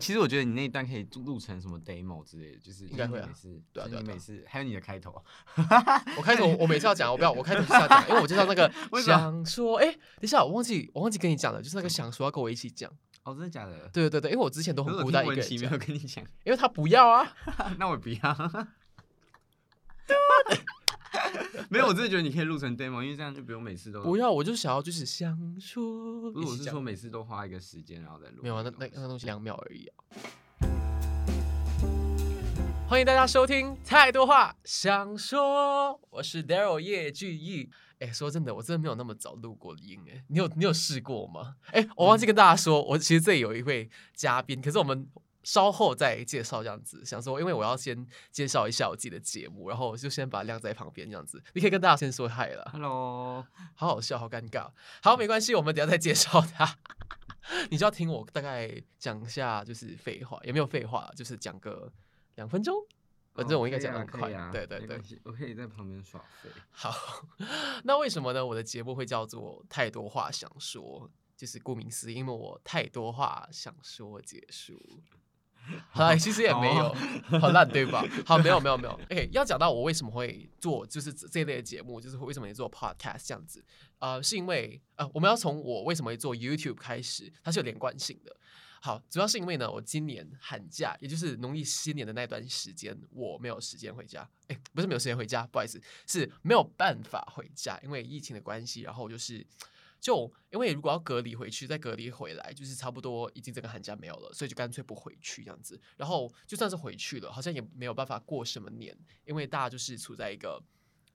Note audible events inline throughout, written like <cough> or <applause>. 其实我觉得你那一段可以录录成什么 demo 之类的，就是应该会啊每次，对啊就是对啊你对啊每次还有你的开头，我开头我每次要讲，我不要，我开头是要讲，因为我介绍那个 <laughs> 为什么想说，哎、等一下，我忘记我忘记跟你讲了，就是那个想说要跟我一起讲，哦，真的假的？对对对，因为我之前都可是很我孤听单一个文人琪没讲有跟你 <laughs> 讲，因为他不要啊，那我不要。 <laughs> 没有，我真的觉得你可以录成 demo，因为这样就不用每次都啊不。要，我就想要就是想说嗯不一是，我起是说讲，每次都花一个时间然后再录。没有啊，那那那东西两秒而已啊。欢迎大家收听《太多话想说》，我是 Daryl 叶俊逸。哎，说真的，我真的没有那么早录过音哎，你有你有试过吗？哎，我忘记跟大家说，我其实这里有一位嘉宾，可是我们稍后再介绍这样子。想说，因为我要先介绍一下我自己的节目，然后我就先把它晾在旁边这样子。你可以跟大家先说嗨了。 Hello， <laughs> 好好笑，好尴尬。好，没关系，我们等一下再介绍他。 <laughs> 你就要听我大概讲一下，就是废话，也没有废话，就是讲个两分钟。反正我应该讲得很哦可以快，啊可以啊对对没对关。系我可以在旁边耍废。好， <laughs> 那为什么呢？我的节目会叫做“太多话想说”，就是顾名思义，因为我太多话想说结束。好啦，其实也没有，好烂对吧？好，没有没有没有。OK，要讲到我为什么会做就是这这一类的节目，就是为什么也做 podcast 这样子。呃，是因为呃，我们要从我为什么会做 YouTube 开始，它是有连贯性的。好，主要是因为呢，我今年寒假，也就是农历新年的那段时间，我没有时间回家。哎，不是没有时间回家，不好意思，是没有办法回家，因为疫情的关系。然后就是，就因为如果要隔离回去，再隔离回来，就是差不多已经整个寒假没有了，所以就干脆不回去这样子。然后就算是回去了，好像也没有办法过什么年，因为大家就是处在一个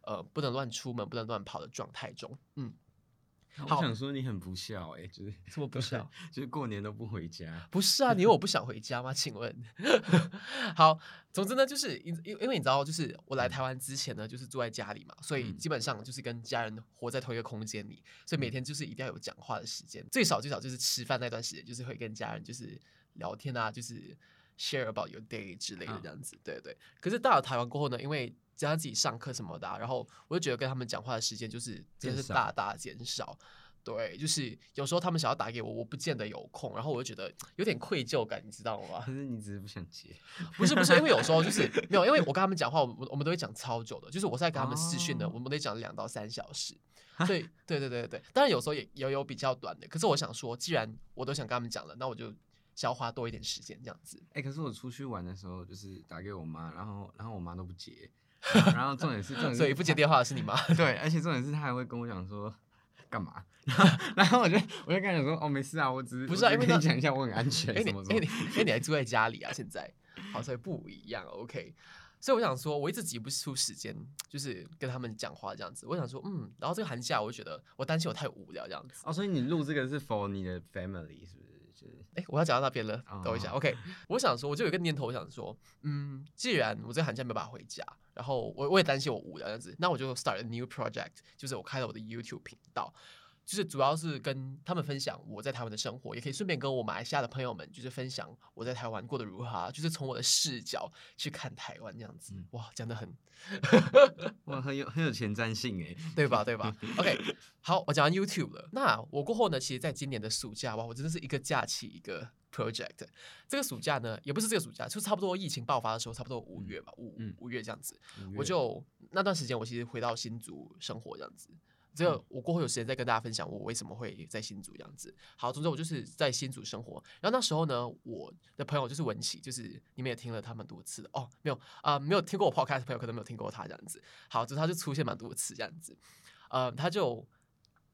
呃不能乱出门、不能乱跑的状态中。嗯，我好想说你很不孝哎、就是什么不是啊？ <laughs> 就是过年都不回 <laughs> 家。不是啊，你以为我不想回家吗？请问， <laughs> 好，总之呢，就是因因因为你知道，就是我来台湾之前呢，就是住在家里嘛，所以嗯基本上就是跟家人活在同一个空间里，所以每嗯天就是一定要有讲话的时间，最少最少就是吃饭那段时间，就是会跟家人就是聊天啊，就是 share about your day 之类的嗯这样子，对对。可是到了台湾过后呢，因为加上自己上课什么的啊、然后我就觉得跟他们讲话的时间就是真变的是少大大减少，对，就是有时候他们想要打给我，我不见得有空，然后我就觉得有点愧疚感，你知道吗 <laughs> 可？是你只是不想接。不是不是，因为有时候就是没有，因为我跟他们讲话，我们我们都会讲超久的，就是我在跟他们私讯的，哦我们得讲两到三小时。所以对对对对对，当然有时候也也有比较短的，可是我想说，既然我都想跟他们讲了，那我就想要花多一点时间这样子。哎、可是我出去玩的时候，就是打给我妈，然后然后我妈都不 <laughs> 接，然后然后重点是重点是，所以不接电话的是你吗？对，而且重点是他还会跟我讲说干嘛， <laughs> 然后然后我就我就跟他讲说哦没事啊，我只是不是啊我只因为跟那你讲一下我很安全哎、你什么什哎、你么，哎、你还住在家里啊？现在好，所以不一样。OK，所以我想说，我一直挤不出时间，就是跟他们讲话这样子。我想说，嗯，然后这个寒假，我就觉得我担心我太无聊这样子。哦，所以你录这个是 for 你的 family 是不是？就是哎、我要讲到那边了，等我一下。哦 OK，我想说，我就有一个念头，我想说，嗯，既然我这个寒假没办法回家，然后我我也担心我无聊这样子，那我就 start a new project，就是我开了我的 YouTube 频道。就是主要是跟他们分享我在台湾的生活，也可以顺便跟我马来西亚的朋友们，就是分享我在台湾过得如何啊，就是从我的视角去看台湾这样子。嗯哇，讲的很哇很有很有前瞻性 <laughs> 哎， <laughs> 对吧？对吧？OK，好，我讲完 YouTube 了。那我过后呢，其实在今年的暑假，哇，我真的是一个假期一个 project。这个暑假呢，也不是这个暑假，就差不多疫情爆发的时候，差不多五月吧，五嗯五月这样子，五 <laughs> 我月就那段时间，我其实回到新竹生活这样子。这个我过后有时间再跟大家分享我为什么会在新竹这样子。好，总之我就是在新竹生活。然后那时候呢，我的朋友就是文琪，就是你们也听了他蛮多次的哦，没有啊、没有听过我 podcast 的朋友可能没有听过他这样子。好，就是他就出现蛮多次这样子。呃，他就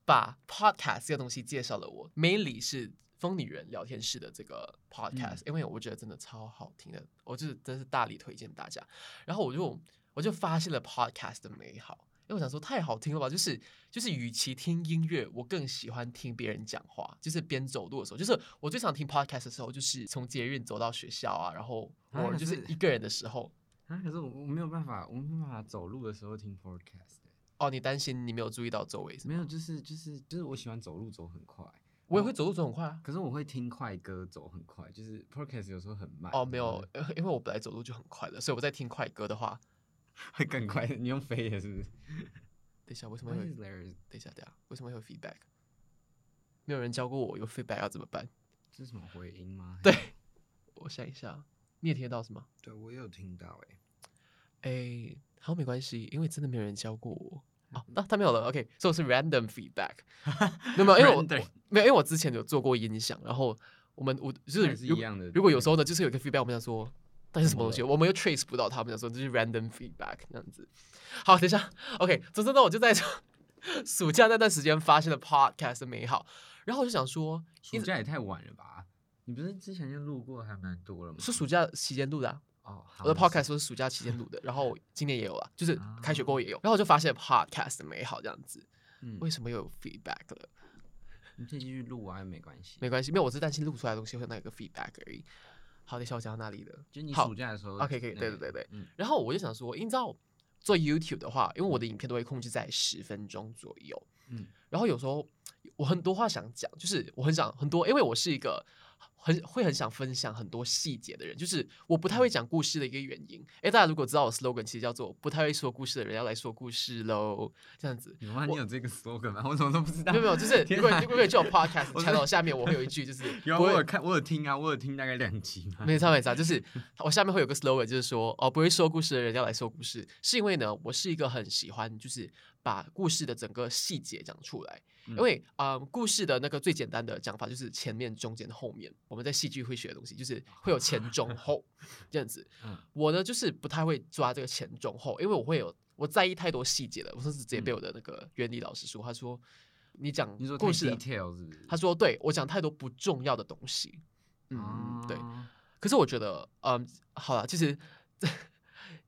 把 podcast 这个东西介绍了我，mainly 是疯女人聊天室的这个 podcast，、因为我觉得真的超好听的，我就是真是大力推荐大家。然后我就嗯我就发现了 podcast 的美好，因为我想说太好听了吧，就是就是，与其听音乐，我更喜欢听别人讲话，就是边走路的时候，就是我最常听 podcast 的时候，就是从捷运走到学校啊，然后啊我可就是是一个人的时候。啊，可是我我没有办法，我没有办法走路的时候听 podcast，欸哦，你担心你没有注意到周围是吗？没有就是就是就是我喜欢走路走很快。我也会走路走很快啊。可是我会听快歌走很快，就是 podcast 有时候很慢。哦，没有嗯，呃因为我本来走路就很快了，所以我在听快歌的话，会更快。你用飞的是不是？等一下为什么我会？也等啊是，一下，等一下，为什么会有 feedback？没有人教过我有 feedback 要怎么办？这是什么回音吗？对我想一下，你也听得到是吗？ <laughs> 对我有听到哎、哎、好，没关系，因为真的没有人教过我。哦，嗯那他没有了。OK，所以我是 random feedback，<laughs> 没有哦没有，因为我 Random 我没有，因为我之前有做过音响，然后我们我就那是也是如一样的如果有对时候呢，就是有一个 feedback，我们想说，但是什么东西，什我们又 trace 不到他们想说这是 random feedback 这样子。好，等一下，OK，总之呢，我就在 <laughs> 暑假那段时间发现了 podcast 的美好，然后我就想说，暑假也太晚了吧？你不是之前就录过还蛮多了吗？是暑假期间录的、啊，哦，好我的没事 podcast 都是暑假期间录的，然后今年也有了，就是啊开学过后也有，然后我就发现 podcast 的美好这样子。嗯为，什么又有 feedback 了？你可以继续录啊，没关系。没关系，没有，我是担心录出来的东西会有那个 feedback 而已。好，等一下我讲到哪里了？就是你好暑假的时候啊可以可以那对个对对对，嗯，然后我就想说，因为你知道做 YouTube 的话，因为我的影片都会控制在十分钟左右，嗯，然后有时候我很多话想讲，就是我很想很多，因为我是一个很会很想分享很多细节的人，就是我不太嗯会讲故事的一个原因。诶，大家如果知道我 slogan 其实叫做“不太会说故事的人要来说故事喽”，这样子。你妈你有这个 slogan 吗？我怎么都不知道。没有没有，就 <laughs> 是天如果哪如果有就有 podcast 我看到是下面，我会有一句就是有啊不我会有看，我有听啊，我有听大概两集嘛。没差没差，就是我下面会有个 slogan，就是说哦，不会说故事的人要来说故事，是因为呢，我是一个很喜欢就是把故事的整个细节讲出来，嗯因为啊、呃故事的那个最简单的讲法就是前面、中间、后面，我们在戏剧会学的东西，就是会有前、<laughs> 中、后这样子。哦嗯我呢就是不太会抓这个前中后，因为我会有我在意太多细节了。我上次直接被我的那个原理老师说，他说你讲你说太故事的啊 detail 是不是？他说对我讲太多不重要的东西。嗯，对。啊可是我觉得，嗯，好了，其实， <laughs>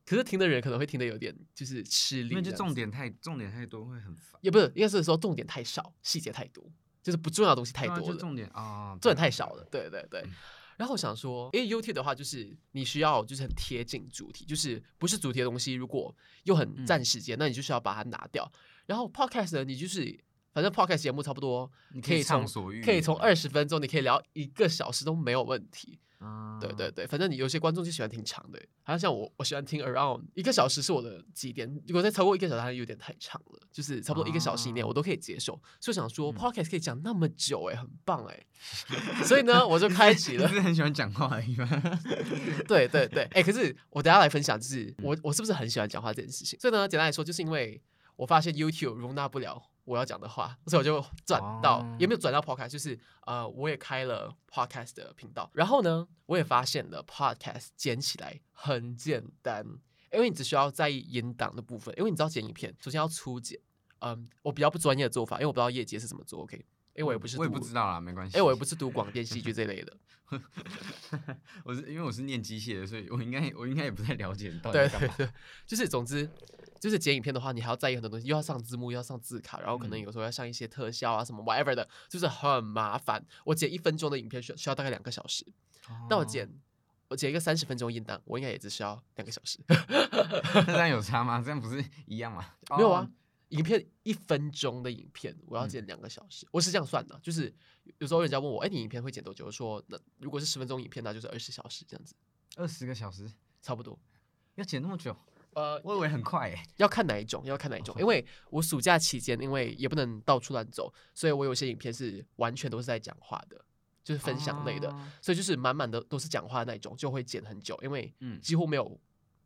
可是听的人可能会听得有点就是吃力，因为就这样重子点太重点太多会很烦。也不是，应该是说重点太少，细节太多，就是不重要的东西太对啊多就了，重点啊，重对点太少了。。对对对嗯。然后我想说，因为 YouTube 的话，就是你需要就是很贴近主题，就是不是主题的东西，如果又很嗯占时间，那你就是要把它拿掉。然后 Podcast 呢，你就是反正 Podcast 节目差不多你可可以以畅从所欲可以从言二十分钟，你可以聊一个小时都没有问题。啊对对，对，反正你有些观众就喜欢听长的，好像像我，我喜欢听 around 一个小时是我的极点，如果再超过一个小时，它有点太长了，就是差不多一个小时以内啊我都可以接受。所以想说嗯 podcast 可以讲那么久、欸，哎，很 <laughs> 棒哎、所以呢，我就开启你了不。是很喜欢讲话而已吗？对对对，哎、可是我等一下来分享，就是嗯我我是不是很喜欢讲话这件事情？所以呢，简单来说，就是因为我发现 YouTube 容纳不了我要讲的话，所以我就转到、哦也没有转到 Podcast，就是呃，我也开了 Podcast 的频道。然后呢，我也发现了 Podcast 剪起来很简单，因为你只需要在意音档的部分，因为你知道剪影片首先要粗剪，嗯，我比较不专业的做法，因为我不知道业界是怎么做，OK，因为哎我也不是嗯我也不读知道啦，没关系。哎、我也不是读广电戏剧这类的， <laughs> 我是因为我是念机械的，所以我应该我应该也不太了解到底对在干对嘛对，就是总之就是剪影片的话，你还要在意很多东西，又要上字幕，又要上字卡，然后可能嗯有时候要上一些特效啊什么 whatever 的，就是很麻烦。我剪一分钟的影片需要需要大概两个小时，但我哦剪。我剪一个三十分钟音档，我应该也只需要两个小时，那 <laughs> 这样有差吗？这样不是一样吗？ <laughs> 没有啊哦，。嗯影片一分钟的影片，我要剪两个小时，我是这样算的。就是有时候人家问我，哎、你影片会剪多久？我说，那如果是十分钟影片，那就是二十小时这样子，二十个小时差不多。要剪那么久，呃，我以为很快诶。要看哪一种，要看哪一种。因为我暑假期间，因为也不能到处乱走，所以我有些影片是完全都是在讲话的，就是分享类的，啊所以就是满满的都是讲话的那一种，就会剪很久，因为嗯几乎没有，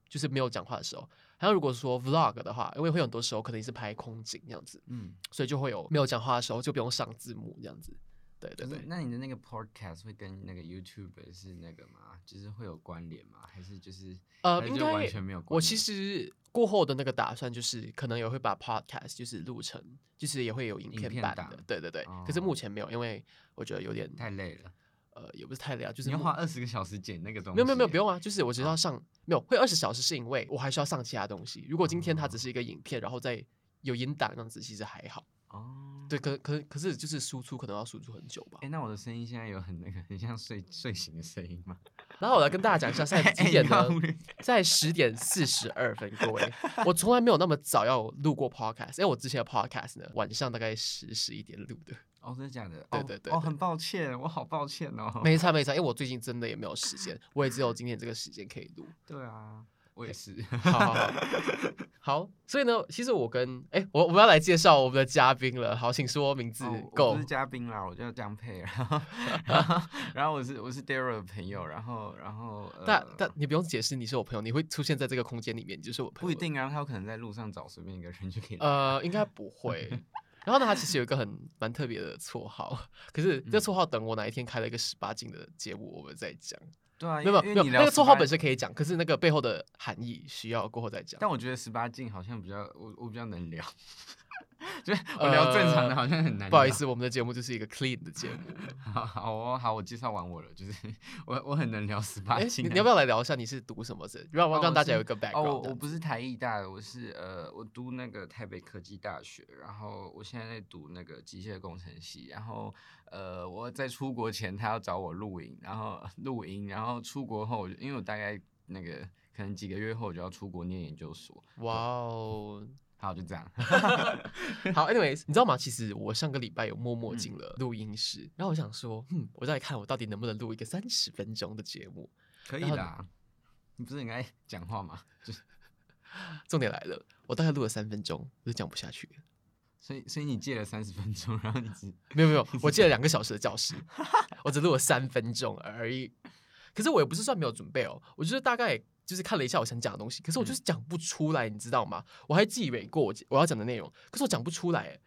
就是没有讲话的时候。还有如果说 vlog 的话，因为会有很多时候可能是拍空景这样子，嗯，所以就会有没有讲话的时候就不用上字幕这样子。对对可是对，那你的那个 podcast 会跟那个 YouTube 是那个吗？就是会有关联吗？还是就是呃还是应就该完全没有关联？我其实过后的那个打算就是，可能也会把 podcast 就是录成，就是也会有影影片片版档的，对对对。可是哦目前没有，因为我觉得有点太累了，呃，也不是太累啊，就是你要目花二十个小时剪那个东西。没有没有没有，不。用啊，就是我只要上没有会二十小时，是因为我还需要上其他东西。如果今天它只是一个影片，然后再有音档那样子，其实还好。哦，对，可可可是就是输出可能要输出很久吧哎、。那我的声音现在有很那个，很像睡睡醒的声音吗？然后我来跟大家讲一下现在 <laughs> 哎几点你呢要忽略？在十点四十二分，各位，我从来没有那么早要录过 podcast，因为我之前的 podcast 呢，晚上大概十十一点录的。哦，真的假的？对哦对对哦，对很抱歉，我好抱歉哦。没差没差，因为我最近真的也没有时间，我也只有今天这个时间可以录。对啊，我也是。好好好，好，所以呢，其实我跟哎、我我们要来介绍我们的嘉宾了。好，请说名字哦我我，Go 不是嘉宾啦，我叫江佩，然后 <laughs> 然后然后我是我是 Daryl 的朋友，然后然后呃但但你不用解释你是我朋友，你会出现在这个空间里面，你就是我朋友。不一。定啊，他有可能在路上找随便一个人就可以。呃，应该不会。然后呢，他其实有一个很蛮特别的绰号，可是嗯这个绰号等我哪一天开了一个十八禁的节目，我们再讲。对啊，没因有为没因为有没你有，聊那个绰号18本身可以讲，可是那个背后的含义需要过后再讲。但我觉得十八禁好像比较我我比较能聊， <laughs> 就是我聊正常的好像很难、呃不好意，思，我们的节目就是一个 clean 的节目。好好哦，好，我介绍完我了，就是 <laughs> 我我很能聊十 <laughs> 八哎，你禁。啊你要不要来聊一下你是读什么的？让哦我我让大家是有一个哦，我 background 这我样。不是台艺大的，我是呃，我读那个台北科技大学，然后我现在在读那个机械工程系，然后呃，我在出国前他要找我录影，然后 <laughs> 录音，然后出国后我就，因为我大概那个可能几个月后我就要出国念研究所，哇哦，好，就这样。 <laughs> 好，anyways，你知道吗？其实我上个礼拜有默嗯默进了录音室，然后我想说，嗯，我再来看我到底能不能录一个三十分钟的节目。可以然后啦，你不是应该讲话吗？就是，重点来了，我大概录了三分钟，我就讲不下去了。所以所以你借了三十分钟，然后你只没有 <laughs> 没有，我借了两个小时的教室，我只录了三分钟而已。可是我也不是算没有准备哦，我就是大概就是看了一下我想讲的东西，可是我就是嗯讲不出来，你知道吗？我还自以为过我我要讲的内容，可是我讲不出来。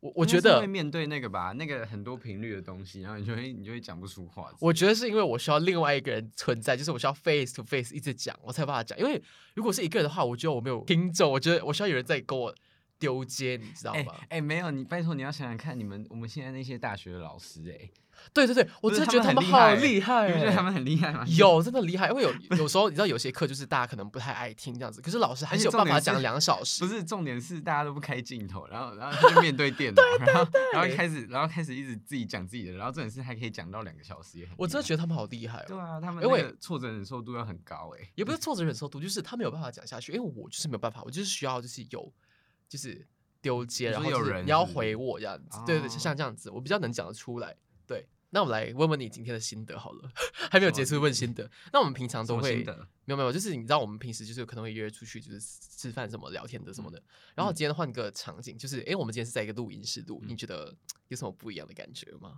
我我应该觉是得会面对那个吧，那个很多频率的东西，然后你就会你就会讲不出话之类的。我觉得是因为我需要另外一个人存在，就是我需要 face to face 一直讲，我才有办法讲。因为如果是一个人的话，我觉得我没有听众，我觉得我需要有人在跟我丢接，你知道哎吗？哎、没有你，拜托你要想想看，你们我们现在那些大学的老师、对对对，不我真是的觉得他们们好很厉厉害、哎，你不觉得哎他们很厉害吗？有真的厉害，因为有有时候你知道有些课就是大家可能不太爱听这样子，可是老师还而是且有办重法点是讲两小时不。是重点是大家都不开镜头，然后然后他就面对电脑，然后然后开始然后开始一直自己讲自己的，然后重点是还可以讲到两个小时，也很我真的得觉得他们好厉害对哦，啊，他们因那为个挫折忍受度要很高哎、也不是挫折忍受度，就是他没有办法讲下去，因为我就是没有办法，我就是需要就是有就是丢接，你然说后就是有人你要是不是回我这样子，对对，哦像这样子，我比较能讲得出来。对，那我们来问问你今天的心得好了， <laughs> 还没有结什束么问心得。那我们平常什都么会心得？没有没有，就是你知道我们平时就是可能会约出去，就是吃饭什么、聊天的什么的。然后今天换个场景，就是诶，我们今天是在一个录音室录，你嗯觉得有什么不一样的感觉吗？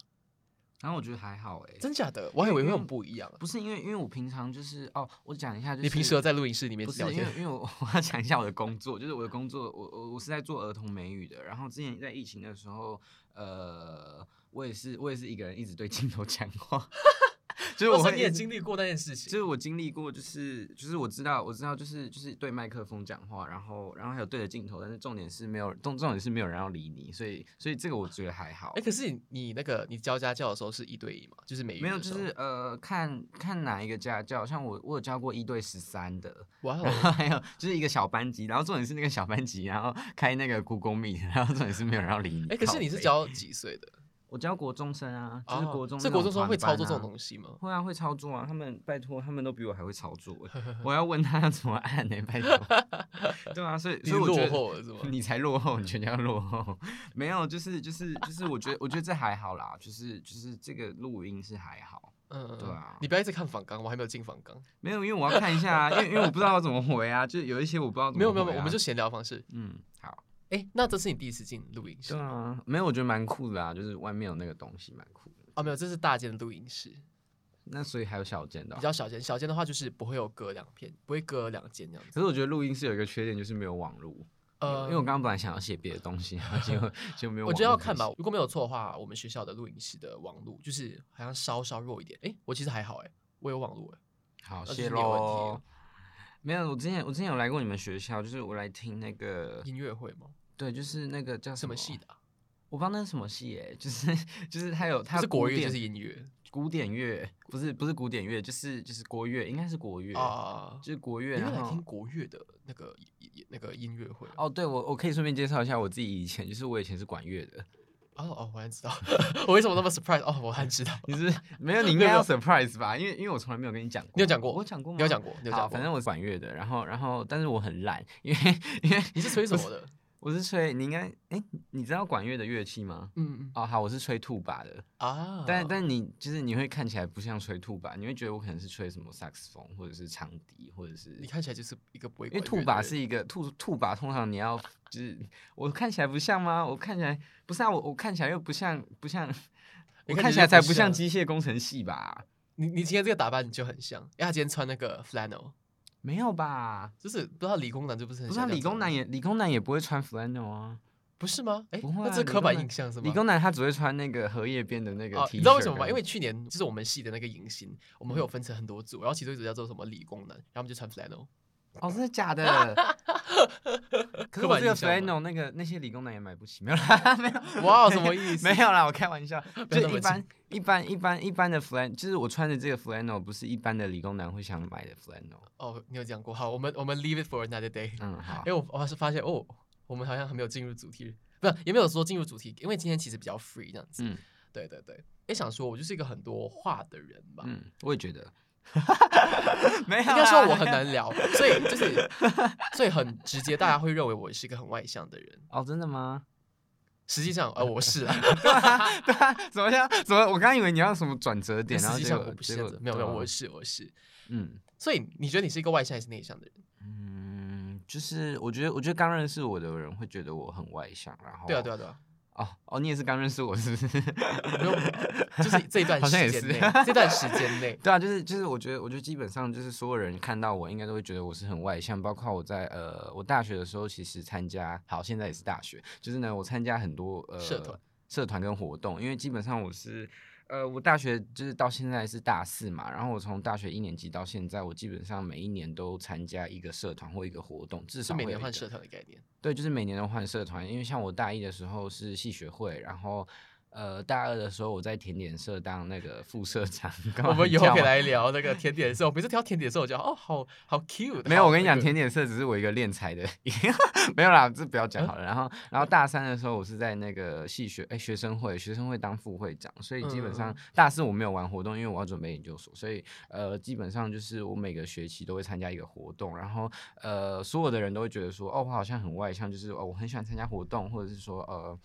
然后我觉得还好哎、真假的，我还以为会因为很不一样。啊不是因为，因为我平常就是哦，我讲一下，就是你平时有在录音室里面不是聊因为 <laughs> 天？因为我 <laughs> 我要讲一下我的工作，就是我的工作，我我我是在做儿童美语的。然后之前在疫情的时候，呃，我也是我也是一个人一直对镜头讲话， <laughs> 就是我哦所会以你也一直经历过那件事就情，是我经历过，就是就是我知道我知道，就是就是对麦克风讲话，然后然后还有对着镜头，但是重点是没有重重点是没有人要理你，所以所以这个我觉得还好。哎，可是你你那个你教家教的时候是一对一嘛？就是美语没有，的就时候是呃，看看哪一个家教，像我，我有教过一对十三的，哇然后 <laughs> 哦，还有就是一个小班级，然后重点是那个小班级，然后开那个 Google Meet，然后重点是没有人要理你。哎，可是你是靠北教几岁的？我教国中生啊，就是哦国中、所以国中生会操作这种西。东西吗？会啊，会操作啊！他们拜托，他们都比我还会操 <laughs> 作欸、我要问他要怎么按呢、拜托，对啊，所以你所以我觉落得 <laughs> 后了是吗？你才落后，你全家落后。没有，就是就是就是，我觉得我觉得这还好啦，就是就是这个录音是还好。嗯，嗯对嗯啊你不要一直看仿纲，我还没有进仿纲。没有，因为我要看一下啊，因为因为我不知道要怎么回啊，就是有一些我不知道怎么回、没有啊。没有，没有我们就闲聊方式。嗯，好，哎，那这是你第一次进录音室对吗啊，没有，我觉得蛮酷的啊，就是外面有那个东西蛮酷的。哦，没有，这是大间的录音室，那所以还有小间的哦、比较小间。小间的话就是不会有隔两片，不会隔两间这样子。可是我觉得录音室有一个缺点，就是没有网络。呃，因为我刚刚本来想要写别的东西，然 <laughs> 后结果结果没有。我觉得要看吧，。如果没有错的话，我们学校的录音室的网路就是好像稍稍弱一点。哎，我其实还好，哎，我有网路，哎，好，那就是谢你的问题喽了。没有，我之前我之前有来过你们学校，就是我来听那个，音乐会吗？对，就是那个叫嗯什么系的哦啊？我不知道那是什么戏诶、 <laughs> 就是就是他有不他是国乐就是音乐古典乐，不是不是古典乐，就是就是国乐，应该是国乐啊。就是国你乐，会然来后听国乐的那个那个音乐会哦哦，对我我可以顺便介绍一下我自己以前，就是我以前是管乐的，哦哦，我还知道， <laughs> 我为什么那么 surprise？哦，我还知道，你 <laughs> 是没有你应该要 surprise 吧？因为因为我从来没有跟你讲过，你有讲过我讲过吗？你有讲过，你有好，讲过，反正我是管乐的，然后然后但是我很懒，因为因为 <laughs> 你是吹什么的？我是吹，你应该，哎、你知道管乐的乐器吗？嗯嗯哦，好，我是吹兔把的，<laughs> 啊，但但你就是你会看起来不像吹兔把，你会觉得我可能是吹什么萨克斯风，或者是长笛，或者是你看起来就是一个不会因为管乐的兔人，把是一个兔兔把，通常你要就是我看起来不像吗？我看起来不是啊，我我看起来又不像不像，你我看看起起来来就才不不像像机械工程系吧？你你今天这个打扮你就很像，因为他今天穿那个 flannel，没有吧？就是不知道理工男就不是很不是啊，像这样理工穿男也理工男也不会穿 flannel 啊，不是吗？哎、不会啊那这是理刻工板男印象是吗？理工男他只会穿那个荷叶边的那个 T 恤、啊哦，你知道为什么吗？因为去年就是我们系的那个迎新，我嗯们会有分成很多组，然后其中一组叫做什么理工男，然后我们就穿 flannel。哦，真的假 <laughs> 的？可是刻我板这个印象吗 flannel 那个那些理工男也买不起，没有啦， <laughs> 没有。哇，什么意思？。没有啦，我开玩笑就那么一般一般一般一般的 flan，就是我穿的这个 flannel 不是一般的理工男会想买的 flannel。哦，你有讲过。好，我们我们 leave it for another day。嗯，好因。为我我是发现哦，我们好像还没有进入主题，不是也没有说进入主题，因为今天其实比较 free 这样子。嗯对对对，也想说我就是一个很多话的人吧。嗯，我也觉 <laughs> 得。没有应啦，该说我很难聊，所以就是，所以很直接，大家会认为我是一个很外向的人。 <laughs> 哦，真的 <laughs> 吗？实际上，呃，我是啊，对啊，对啊，怎么样？怎么？我刚以为你要什么转折 <laughs> 点，然实后际结上果我不是结这样果子，没有没有，对啊我是我是。嗯所以你觉得你是一个外向还是内向的人？嗯，就是我觉得，我觉得刚认识我的人会觉得我很外向，然后对啊对啊对啊，哦哦，你也是刚认识我是不是？没有，就是这一段好像时也间是内，这段时间内，对啊，就是就是，我觉得我觉得基本上就是所有人看到我，应该都会觉得我是很外向。包括我在呃，我大学的时候其实参加，好，现在也是大学，就是呢，我参加很多呃社团、社团跟活动，因为基本上我是。呃，我大学就是到现在是大四嘛，然后我从大学一年级到现在，我基本上每一年都参加一个社团或一个活动，至是少每会年有一换个社团的概念。对，就是每年都换社团，因为像我大一的时候是系学会，然后呃大二的时候我在甜点社当那个副社长。干嘛我们你以后笑可以啊来聊那个甜点的时候，我每次挑甜点的时候，我觉得哦，好好 cute。没有，好我跟你那讲，个甜点社只是我一个练财的， <laughs> 没有啦，这不要讲好了。然后，然后大三的时候，我是在那个系学哎、学生会，学生会当副会长，所以基本嗯上大四我没有玩活动，因为我要准备研究所，所以呃，基本上就是我每个学期都会参加一个活动，然后呃，所有的人都会觉得说，哦，我好像很外向，就是哦，我很喜欢参加活动，或者是说呃，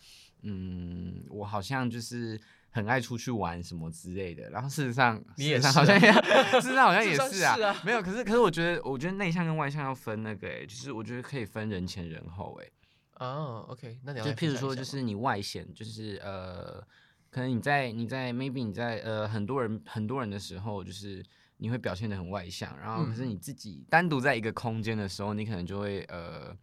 嗯，我好像就是。很爱出去玩什么之类的，然后事实上，你事也实上是好像 <laughs> 啊也，事实上好像事实也上是啊，是啊没有。可是可是我觉得，我觉得内向跟外向要分那个、欸，就是我觉得可以分人前人后、欸，哦，OK，那你要就来譬分如享说，一下就吗是你外显，就是呃，可能你在你在 maybe 你在呃很多人很多人的时候，就是你会表现的很外向，然后可是嗯你自己单独在一个空间的时候，你可能就会呃。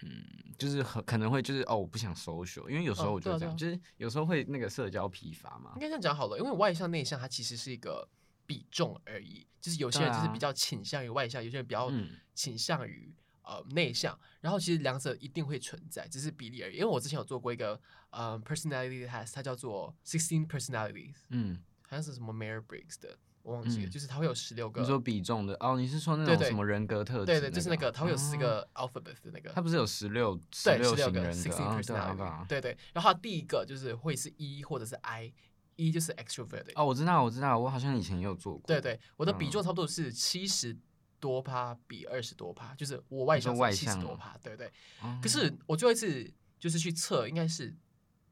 嗯，就是很可能会就是哦，我不想 social，因为有时哦候我就对啊会这对样，啊就是有时候会那个社交疲乏嘛应。该这样讲好了，因为外向内向它其实是一个比重而已，就是有些对人就是啊比较倾向于外向，有些人比较嗯倾向于、呃内向，然后其实两者一定会存在，只是比例而已。因为我之前有做过一个呃 personality test，它叫做 sixteen personalities，嗯，好像是什么 Mayor Briggs 的，我忘记了，嗯就是它会有十六个你，说比重的哦，你是说那对种对什么人格特质？对对，就是那个个，它会有四哦个 alphabet 的那个，他不是有十六对，六16型个人格 sixteen 啊？对啊对 personality，啊对对，然后它第一个就是会是 E 或者是 I，E 就是 extroverted。哦，我知道，我知道，我好像以前也有做过。对对，我的比嗯重差不多是七十多趴比二十多趴，就是我外你说向外是七十向多哦趴，对对。哦，可是我最后一次就是去测，应该是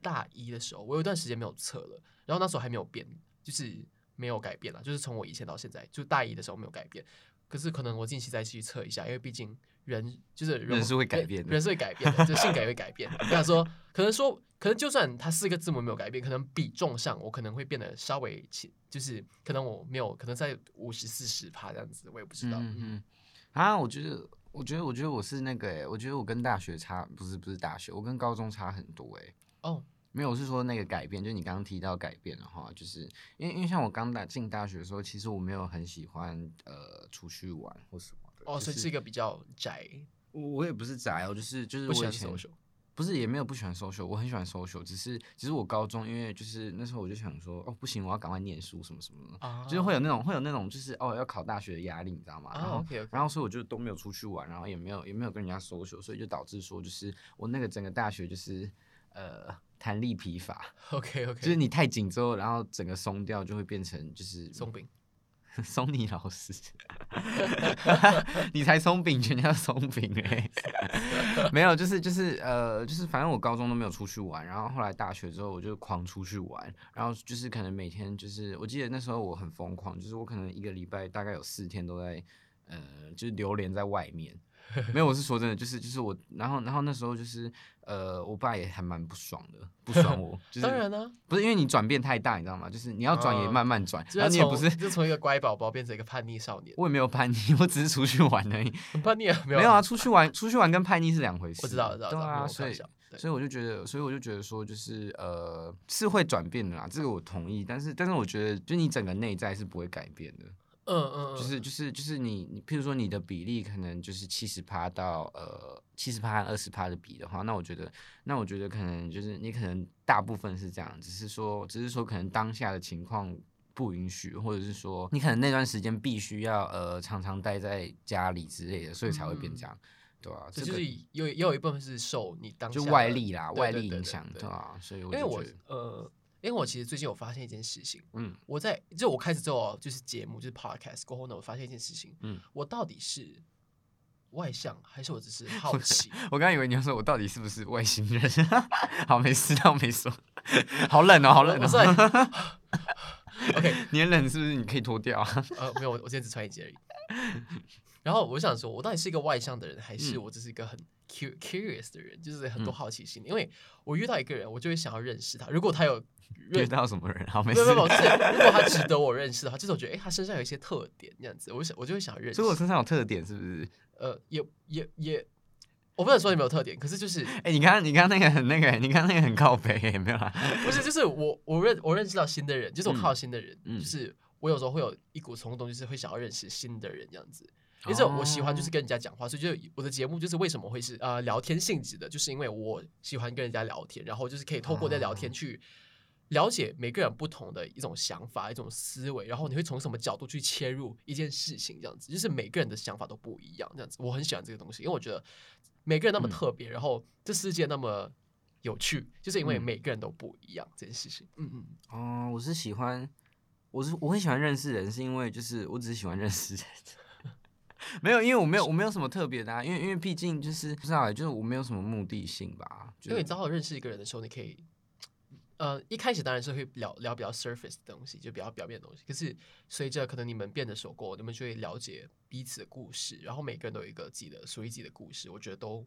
大一的时候，我有一段时间没有测了，然后那时候还没有变，就是没有改变啦，就是从我以前到现在，就大一的时候没有改变。可是可能我近期再去测一下，因为毕竟人就是人是会改变的人是会改变的，就性格也会改变。我想说，可能说，可能就算它四个字母没有改变，可能比重上我可能会变得稍微轻，就是可能我没有，可能在五十四十趴这样子，我也不知道。嗯嗯嗯，啊，我觉得，我觉得，我觉得我是那个、欸，我觉得我跟大学差，不是不是大学，我跟高中差很多、欸，哦，没有，我是说那个改变，就你刚刚提到改变的话，就是因为因为像我刚大进大学的时候，其实我没有很喜欢呃出去玩或什么的。哦，就所以是一个比较宅，我我也不是宅哦，就是就是不我喜以欢前啊 social。不是也没有不喜欢 social，我很喜欢 social，只是只是我高中因为就是那时候我就想说哦不行，我要赶快念书什么什么的，啊就是会有那种会有那种就是哦要考大学的压力，你知道吗？然啊后、 ，OK OK，然后所以我就都没有出去玩，然后也没有也没有跟人家 social，所以就导致说就是我那个整个大学就是呃弹力疲乏， <laughs> 就 OK 是 OK，你太 <laughs> 紧之后，然后整个松掉就会变成就是松饼松尼老师。你才松饼，全家松饼哎、 <laughs> 没有，就是就是呃，就是反正我高中都没有出去玩，然后后来大学之后我就狂出去玩，然后就是可能每天就是，我记得那时候我很疯狂，就是我可能一个礼拜大概有四天都在呃，就是流连在外面。没有，我是说真的，就是就是我，然后然后那时候就是呃，我爸也还蛮不爽的，不爽我，就是 <laughs> 当然呢、不是因为你转变太大，你知道吗？就是你要转也嗯慢慢转，就然后你也不是，就从一个乖宝宝变成一个叛逆少年，我也没有叛逆， <laughs> 我只是出去玩而已。很叛逆啊，没没有有啊啊，，出去玩，出去玩跟叛逆是两回事。我知道，我知道，对我知道没有啊，我所开玩以笑对所以我就觉得，所以我就觉得说，就是呃，是会转变的啦，这个我同意。但是，但是我觉得，就你整个内在是不会改变的，嗯嗯，嗯就是就是就是你，你譬如说你的比例可能就是七十趴到呃七十趴和二十趴的比的话，那我觉得，那我觉得可能就是你可能大部分是这样，只是说，只是说可能当下的情况。不允许，或者是说你可能那段时间必须要呃常常待在家里之类的，所以才会变嗯这样，对啊，这这就个是有也有一部分是受你当就下外的力啦，对外对力对影对响，对对啊，所以我因为就我觉得呃，因为我其实最近有发现一件事情，嗯 <laughs> 我在就我开始做就是节目就是 podcast 过后呢，我发现一件事情，嗯，我到底是外向还是我 <laughs> 只是好奇？我刚以为你要说我到底是不是外星人，啊好没事，当我没说， <laughs> 好冷哦，好冷我我 <laughs> 是来哦， <laughs> OK，你的冷是不是你可以脱掉啊？呃，没有，我我今天只穿一件而已。 <laughs> 然后我想说，我到底是一个外向的人，还是嗯我只是一个很 cu curious 的人，就是很多嗯好奇心。因为我遇到一个人，我就会想要认识他。如果他有 <laughs> 认遇到什么人？好没没事有，没有，没有就是如果他值得我认识的话，就是我觉得哎、诶他身上有一些特点这样子，我就想我就会想要认识所以。我身上有特点是不是？呃，也也也，我不能说你没有特点，可是就是哎，你刚刚你刚刚那个很那个，你刚刚那个很靠北， <laughs> 没有啦？不是就是我我认我认识到新的人，就是我看到新的人，嗯嗯就是我有时候会有一股冲动，就是会想要认识新的人这样子。因为这种我喜欢哦就是跟人家讲话，所以就我的节目就是为什么会是呃聊天性质的，就是因为我喜欢跟人家聊天，然后就是可以透过在聊哦天去了解每个人不同的一种想法、一种思维，然后你会从什么角度去切入一件事情，这样子，就是每个人的想法都不一样，这样子，我很喜欢这个东西，因为我觉得每个人那么嗯特别，然后这世界那么有趣，就是因为嗯每个人都不一样这件事情。嗯嗯，哦，我是喜欢，我是我会喜欢认识人，是因为就是我只是喜欢认识人。 <laughs> 没有，因为我没有，我没有什么特别的、啊，因为因为毕竟就是不知道欸，就是我没有什么目的性吧。就因为你是知道认识一个人的时候，你可以，呃，一开始当然是会聊聊比较 surface 的东西，就比较表面的东西。可是随着可能你们变得熟过，你们就会了解彼此的故事，然后每个人都有一个自己的属于自己的故事，我觉得都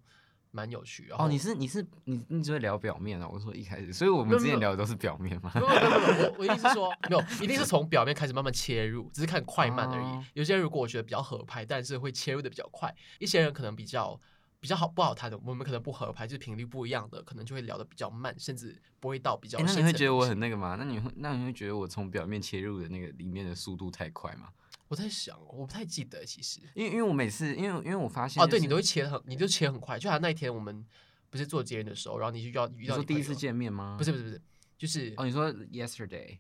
蛮有趣。然后哦，你是你是你你只会聊表面啊、我说一开始，所以我们之前聊的都是表面嘛。没有没有没有没有，我我的意思是说，没有，一定是从表面开始慢慢切入，只是看快慢而哦已。有些人如果我觉得比较合拍，但是会切入的比较快；一些人可能比较比较好不好谈的，我们可能不合拍，就是频率不一样的，可能就会聊的比较慢，甚至不会到比较哎、深那层你的东西。会觉得我很那个吗？那你会那你会觉得我从表面切入的那个里面的速度太快吗？我在想，我不太记得其实。因为因为我每次因为因为我发现、哦，就是、对你都会切得很，你就切很快。就好像那一天我们不是做节日的时候，然后你就遇到遇你到说你第一朋次友，见面吗？不是不是不是，就是哦，你说 yesterday，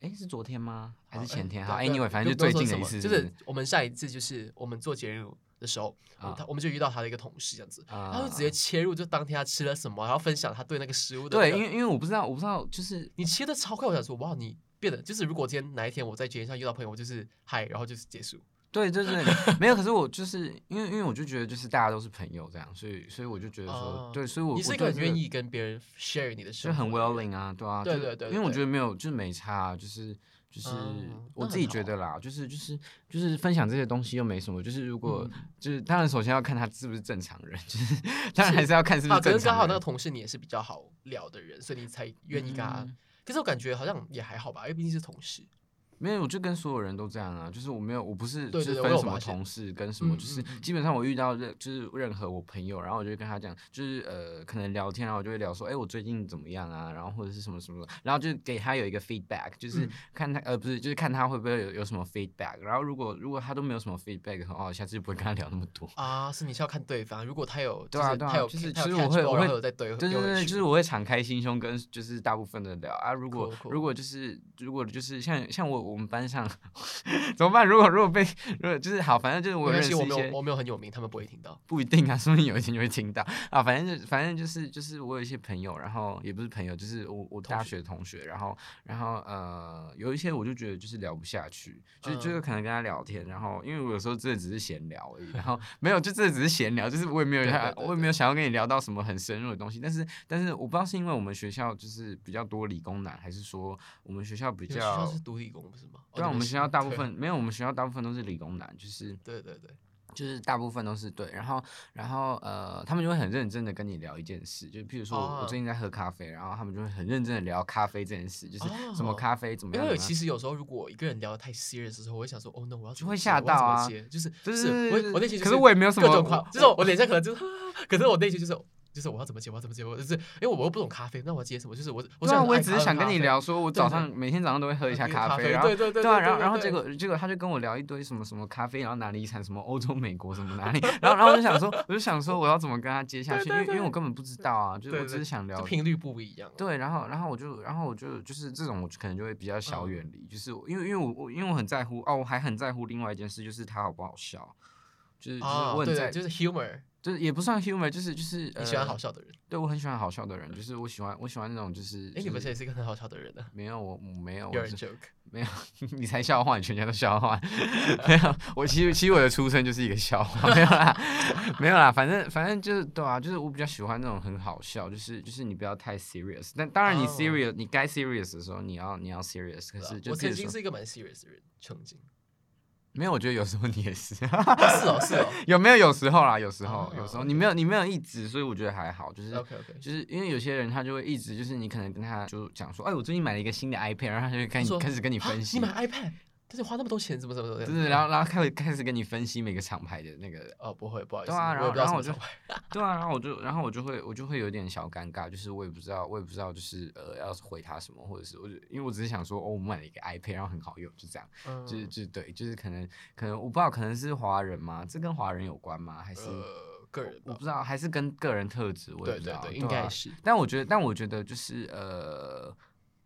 哎、是昨天吗？还好是哎前天？对好对，anyway，反不正就不最用近说的一什次，么就是我们上一次就是我们做节日的时候，我们啊他我们就遇到他的一个同事这样子，啊他就直接切入，就当天他吃了什么，然后分享他对那个食物的那对，个。因为因为我不知道，我不知道，就是你切的超快，我想说，哇，你变得就是，如果今天哪一天我在节日上遇到朋友，我就是嗨，然后就是结束。对，就是没有。可是我就是因为因为我就觉得就是大家都是朋友这样，所以所以我就觉得说，哦对，所以我你是我一个对很这愿意跟别人 share 你的生就活的很人， willing 啊，对啊，对就是对对因为我对觉得没有就是没差，啊就是。就是嗯我那自很己好觉啊得啦，就是就是就是分享这些东西又没什么，就是如果、嗯就是当然首先要看他是不是正常人，就是当然还是要看是不啊，是可正是刚常好人。那个同事你也是比较好聊的人，所以你才愿意跟他。嗯可是我感觉好像也还好吧，因为毕竟是同事。没有，我就跟所有人都这样啊，就是我没有，我不是就对是对对分我有什么发现同事跟什么，嗯就是嗯嗯基本上我遇到任就是任何我朋友，然后我就会跟他讲，就是呃可能聊天，然后我就会聊说，哎、我最近怎么样啊，然后或者是什么什么，然后就给他有一个 feedback，就是嗯看他、呃不是就是看他会不会有有什么 feedback，然后如果如果他都没有什么 feedback 的话，我哦下次就不会跟他聊那么多。啊，是你是要看对方，如果他有，对啊就是对啊他有，就是他有其实我 catch 会 ball，我然会后有在对，对对丢回对，去就是我会敞开心胸跟就是大部分的聊啊。如果 Cool，cool 如果就是如果就是像像我我我们班上 <laughs> 怎么办？如果如果被如果就是好，反正就是我没认关识系，我一没些有我没有很有名，他们不会听到。不一定啊， <laughs> 说不定有一天就会听到啊。反正就反正就是就是我有一些朋友，然后也不是朋友，就是我我大学同学，然后然后呃有一些我就觉得就是聊不下去，嗯就是就是可能跟他聊天，然后因为我有时候真的只是闲聊 <laughs> 而已，然后没有就真的只是闲聊，就是我也没有对对他对我也没有想要跟你聊到什么很深入的东西，但是但是我不知道是因为我们学校就是比较多理工男，还是说我们学校比你们学校较是独立工不是吗？哦对啊，我们学校大部。你是分没有，我们学校大部分都是理工男，就是。对对对对，就是大部分都是对，然后然后呃，他们就会很认真的跟你聊一件事，就譬如说我,、哦我最近在喝咖啡，然后他们就会很认真的聊咖啡这件事，就是什么哦咖啡怎么因样，为怎么其样实有时候如果一个人聊得太 serious 的时候，我会想说，哦，那我要就怎么会接吓我要怎么到啊接就是对是对对我对我内心就可是我也没有 <laughs> 什么各种夸我，就是 <laughs> 我脸上可 <laughs> 能就是，可是我内心就是。就是我要怎么接，我要怎么接，我就是因为我又不懂咖啡，那我接什么？就是我我对啊，想我也爱只是喝想跟咖你啡聊，说我对早对上每天早上都会喝一下咖咖啡，然后对对对对啊，然后然后对结果结果他就跟我聊一堆什么什么咖啡，然后哪里产什么欧洲、美国什么哪 <laughs> 里，然后然后我就想说，我就想说我要怎么跟他接下对去，因对为因为对我根本不知道啊，就是对我只对是想聊就频率不一样啊。对，然后然后我就然后我就就是这种，我就可能就会比较小嗯远离，就是我因为因为我我因为我很在乎哦，我还很在乎另外一件事，就是他好不好笑，就是就是啊，我很对在对，就是 humor，就是也不算 humor，就是就是你喜欢好呃，笑的人。对我很喜欢好笑的人，就是我喜欢我喜欢那种就是哎，你就们是谁也是一个很好笑的人呢？啊没有我我没有 <laughs> 有我人是 joke，没有 <laughs> 你才笑话，你全家都笑话， <laughs> 没有我其实其实我的出生就是一个笑话，没有啦没有啦， <laughs> 反正反正就是对啊，就是我比较喜欢那种很好笑，就是就是你不要太 serious，但当然你哦 serious，、你该 serious 的时候你要你要 serious，可是就啊我这曾个时经候是一个蛮 serious 的人，曾 <laughs> 经。没有，我觉得有时候你也是。 <laughs> 啊是哦，是哦。有没有？有时候啦，有时候，哦有时候 OK 你没有，你没有一直，所以我觉得还好，就是 OK OK，就是因为有些人他就会一直，就是你可能跟他就讲说，哎，我最近买了一个新的 iPad，然后他就会开他始说开始跟你分析，啊你买 iPad，但是花那么多钱，怎么怎么怎么？对对，然后然后开始开始跟你分析每个厂牌的那个，哦，不会，不好意思，对啊然我后也不知道然后什么我就厂牌对啊，然后我就然后我就会我就会有点小尴尬，就是我也不知道我也不知道就是呃要回他什么，或者是我就因为我只是想说哦我买了一个 iPad，然后很好用，就这样，嗯就是就是对，就是可能可能我不知道可能是华人吗？这跟华人有关吗？还是、呃个人吧，我不知道，还是跟个人特质，我也对不知对道，对，应该啊是。但我觉得，但我觉得就是呃，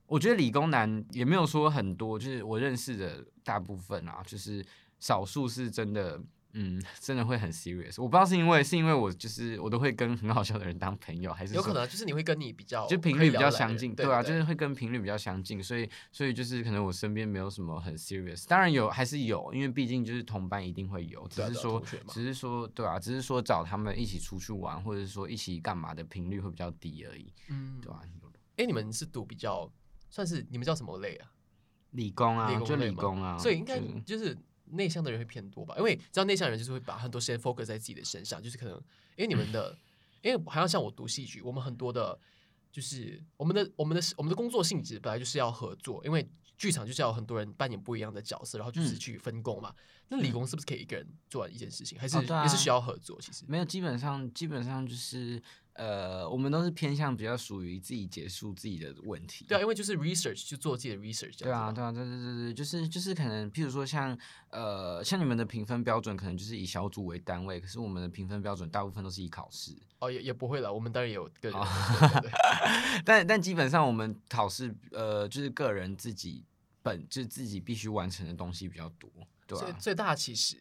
我觉得理工男也没有说很多，就是我认识的大部分啊，就是少数是真的，嗯，真的会很 serious。我不知道是因为是因为我就是我都会跟很好笑的人当朋友，还是有可说能啊就是你会跟你比较就频可以率比聊较得来的相人近，对对啊，对就是会跟频率比较相近，所以所以就是可能我身边没有什么很 serious，当然有还是有，因为毕竟就是同班一定会有，只对啊是对啊说同学嘛只是说对啊，只是说找他们一起出去玩，或者说一起干嘛的频率会比较低而已，嗯对，吧、啊哎，你们是读比较算是你们叫什么类啊？理工啊，理工就类理嘛工啊，所以应该就是就是内向的人会偏多吧？因为知道内向的人就是会把很多时间 focus 在自己的身上，就是可能因为你们的，因为好像像我读戏剧，我们很多的，就是我们的我们的我们的工作性质本来就是要合作，因为剧场就是要有很多人扮演不一样的角色，然后就是嗯去分工嘛。那理工是不是可以一个人做完一件事情，还是、对啊也是需要合作？其实没有，基本上基本上就是呃，我们都是偏向比较属于自己结束自己的问题，对啊，因为就是 research 就做自己的 research，这对啊，样子嘛对啊，对对对对，就是就是可能，譬如说像呃，像你们的评分标准可能就是以小组为单位，可是我们的评分标准大部分都是以考试，哦也也不会了，我们当然也有个人哦合作，对对 <laughs> 对但但基本上我们考试呃就是个人自己本就自己必须完成的东西比较多， <laughs> 对所以啊，最大其实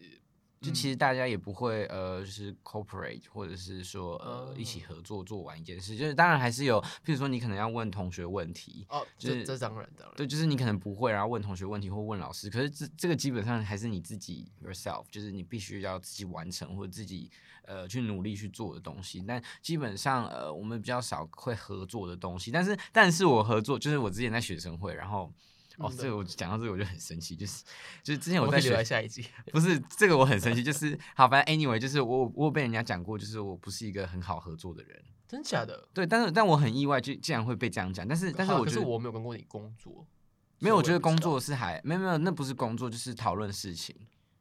就其嗯实大家也不会呃就是 cooperate 或者是说呃一起哦合作做完一件事，就是当然还是有，譬如说你可能要问同学问题，哦，就这是这当然当然。对，就是你可能不会，然后问同学问题或问老师，可是这这个基本上还是你自己 yourself，就是你必须要自己完成或者自己呃去努力去做的东西。但基本上呃，我们比较少会合作的东西。但是，但是我合作就是我之前在学生会，然后哦，嗯这个我讲到这个我就很生气，就是就是之前我我们在可以留学在下一 <laughs> 集。不是这个我很生气，就是好，反正 anyway，就是我我有被人家讲过，就是我不是一个很好合作的人。真假的？对，但是但我很意外，就竟然会被这样讲。但是但是好我可觉是得。我没有跟过你工作，没有，所以我觉也得不工知道作是还没有没有，那不是工作，就是讨论事情。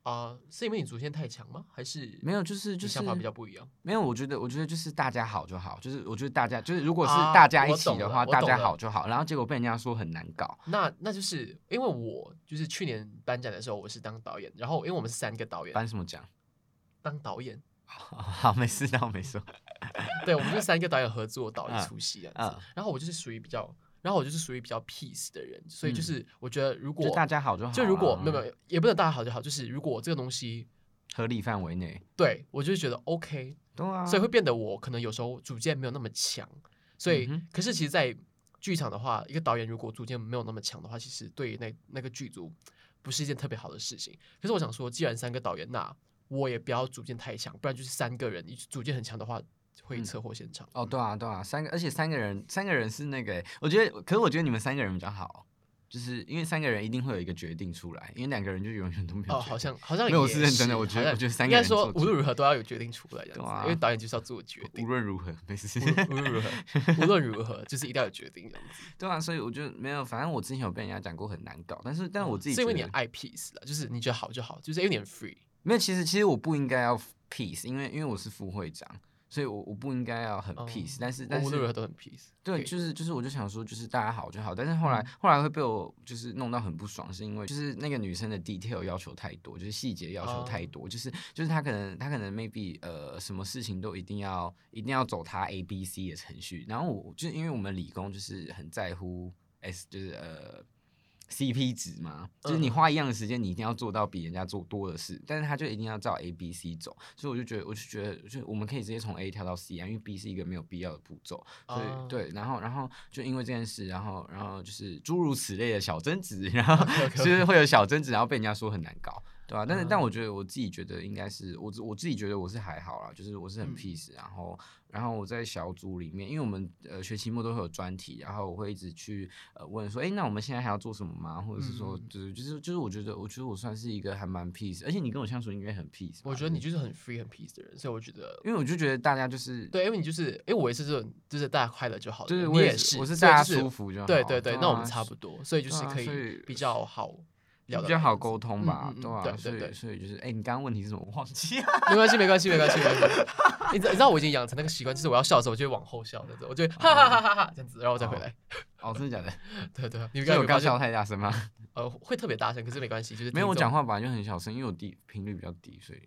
啊，是因为你主线太强吗？还是没有，就是你就是想法比较不一样？没有。我觉得我觉得就是大家好就好，就是我觉得大家就是如果是啊大家一我起懂的了话，我大懂家了好就好。然后结果被人家说很难搞，那那就是因为我就是去年颁奖的时候，我是当导演，然后因为我们是三个导演颁什么 <laughs> 奖？当导演，好，没事，当我没说。对，我们就是三个导演合作导一嗯出戏这样子。然后我就是属于比较，然后我就是属于比较 peace 的人，所以就嗯是我觉得如果就大家好就好啊，就如果没有没有也不能大家好就好，就是如果我这个东西合理范围内，对我就是觉得 OK，对啊，所以会变得我可能有时候主见没有那么强，所以、嗯哼可是其实，在剧场的话，一个导演如果主见没有那么强的话，其实对于那那个剧组不是一件特别好的事情。可是我想说，既然三个导演，那我也不要主见太强，不然就是三个人，你主见很强的话会嗯车祸现场。哦，对啊，对啊，三个，而且三个人，三个人是那个欸，我觉得，可是我觉得你们三个人比较好，就是因为三个人一定会有一个决定出来，因为两个人就永远都没有决定。哦，好像好像没有我也是认真的我觉得好像我觉得三应个该人说做无决论如何都要有决定出来，这样对子，啊因为导演就是要做决定无。论如何，没事无。论无论如何，无论如何，就是一定要有决定这样子。 <laughs> 对啊，所以我就没有，反正我之前有被人家讲过很难搞，但是但我自己哦是觉因得为你爱 peace 了，就是你觉得好就好，就是因为你很 free。没有，其实其实我不应该要 peace，因为因为我是副会长，所以我我不应该要很嗯 peace，、但是我但无论如是何都很 peace。对， OK 就是就是，我就想说，就是大家好就好。但是后嗯来、后来会被我就是弄到很不爽，是因为就是那个女生的 detail 要求太多，就是细节要求太哦多，就是就是她可能她可能 maybe 呃什么事情都一定要一定要走她 A B C 的程序。然后我就因为我们理工就是很在乎 S 就是呃 CP 值嘛，就是你嗯花一样的时间，你一定要做到比人家做多的事，但是他就一定要照 A B C 走。所以我就觉得我就觉得就我们可以直接从 A 跳到 C 啊，因为 B 是一个没有必要的步骤。所以、哦对，然后然后就因为这件事，然后然后就是诸如此类的小争执， <laughs> 然后 OK，OK 就是会有小争执，然后被人家说很难搞，对啊？但是、但嗯我觉得我自己觉得应该是我自我自己觉得我是还好啦，就是我是很嗯 peace，、然后然后我在小组里面，因为我们呃学期末都会有专题，然后我会一直去呃问说，哎，那我们现在还要做什么吗？或者是说，嗯就是就是就是我觉得我觉得我算是一个还蛮 peace，而且你跟我相处应该很 peace，我吧觉得你就就是很 free 很 peace 的人，所以我觉得因为我就觉得大家就是对，因为你就是因为我也是这种，就是大家快乐就好的对，人，我你也是，我是所以大家就是舒服就好。对对对，那我们啊差不多，所以就对是啊可所以以比较好聊得比来较好这样沟通吧，嗯嗯嗯对吧、对所对以对所以就是，哎、你刚刚问题是什么？我忘记 <laughs> 了。没关系，没关系，没关系，没关系。你知你知道我已经养成那个习惯，就是我要笑的时候，我就会往后笑，这样子，我就会哈哈哈哈哈这样子，然后我再回来。哦，真的假的？对对，你所以我有刚刚发笑现太大声吗？呃会特别大声，可是没关系，就是没有，听我众讲，话本来就很小声，因为我低频率比较低，所以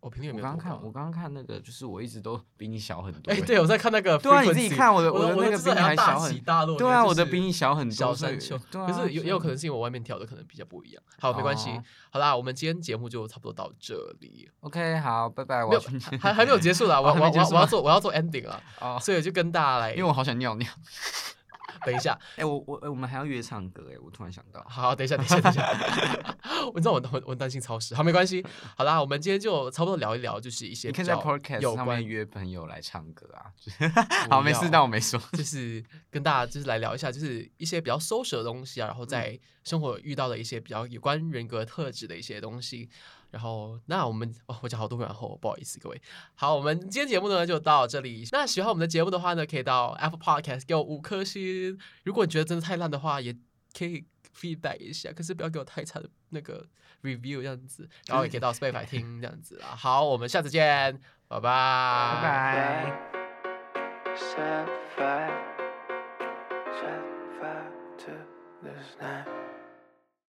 我频率也我没有刚刚多看高我刚刚看那个，就是我一直都比你小很多、欸哎，对，我在看那个 frequency，对啊你自己看我的我我的那个真的比你还要大小很起大落，对啊，就我的是比你小很多，小所山以丘，对啊，可是有也有可所以能是因为我外面跳的可能比较不一样。好，没关系哦，好啦，我们今天节目就差不多到这 <laughs> 里， OK，好，拜拜，我没有要去 <laughs> 还还没有结束啦，我哦要还没我要我结要束我吗要做我要做 ending 了，哦， <laughs> 所以就跟大家来因为我好想尿尿。等一下，哎、我我、哎我们还要约唱歌哎、我突然想到，好，等一下，等一下，等一下， <laughs> 我知道我我我很担心超时，好，没关系，好啦，我们今天就差不多聊一聊，就是一些你可比以在较 Podcast 有上关面，约朋友来唱歌啊。就是不好，没事，要但我没说。就是跟大家就是来聊一下，就是一些比较 social 的东西啊，嗯然后在生活遇到的一些比较有关人格特质的一些东西。然后，那我们哦，我讲好多然后，不好意思各位。好，我们今天节目呢就到这里。那喜欢我们的节目的话呢，可以到 Apple Podcast 给我五颗星。如果你觉得真的太烂的话，也可以 feedback 一下，可是不要给我太差的那个 review 这样子。然后也可以到 Spotify 听这样子啦。好，我们下次见，拜拜，拜拜拜。 Set fire, set fire to this night.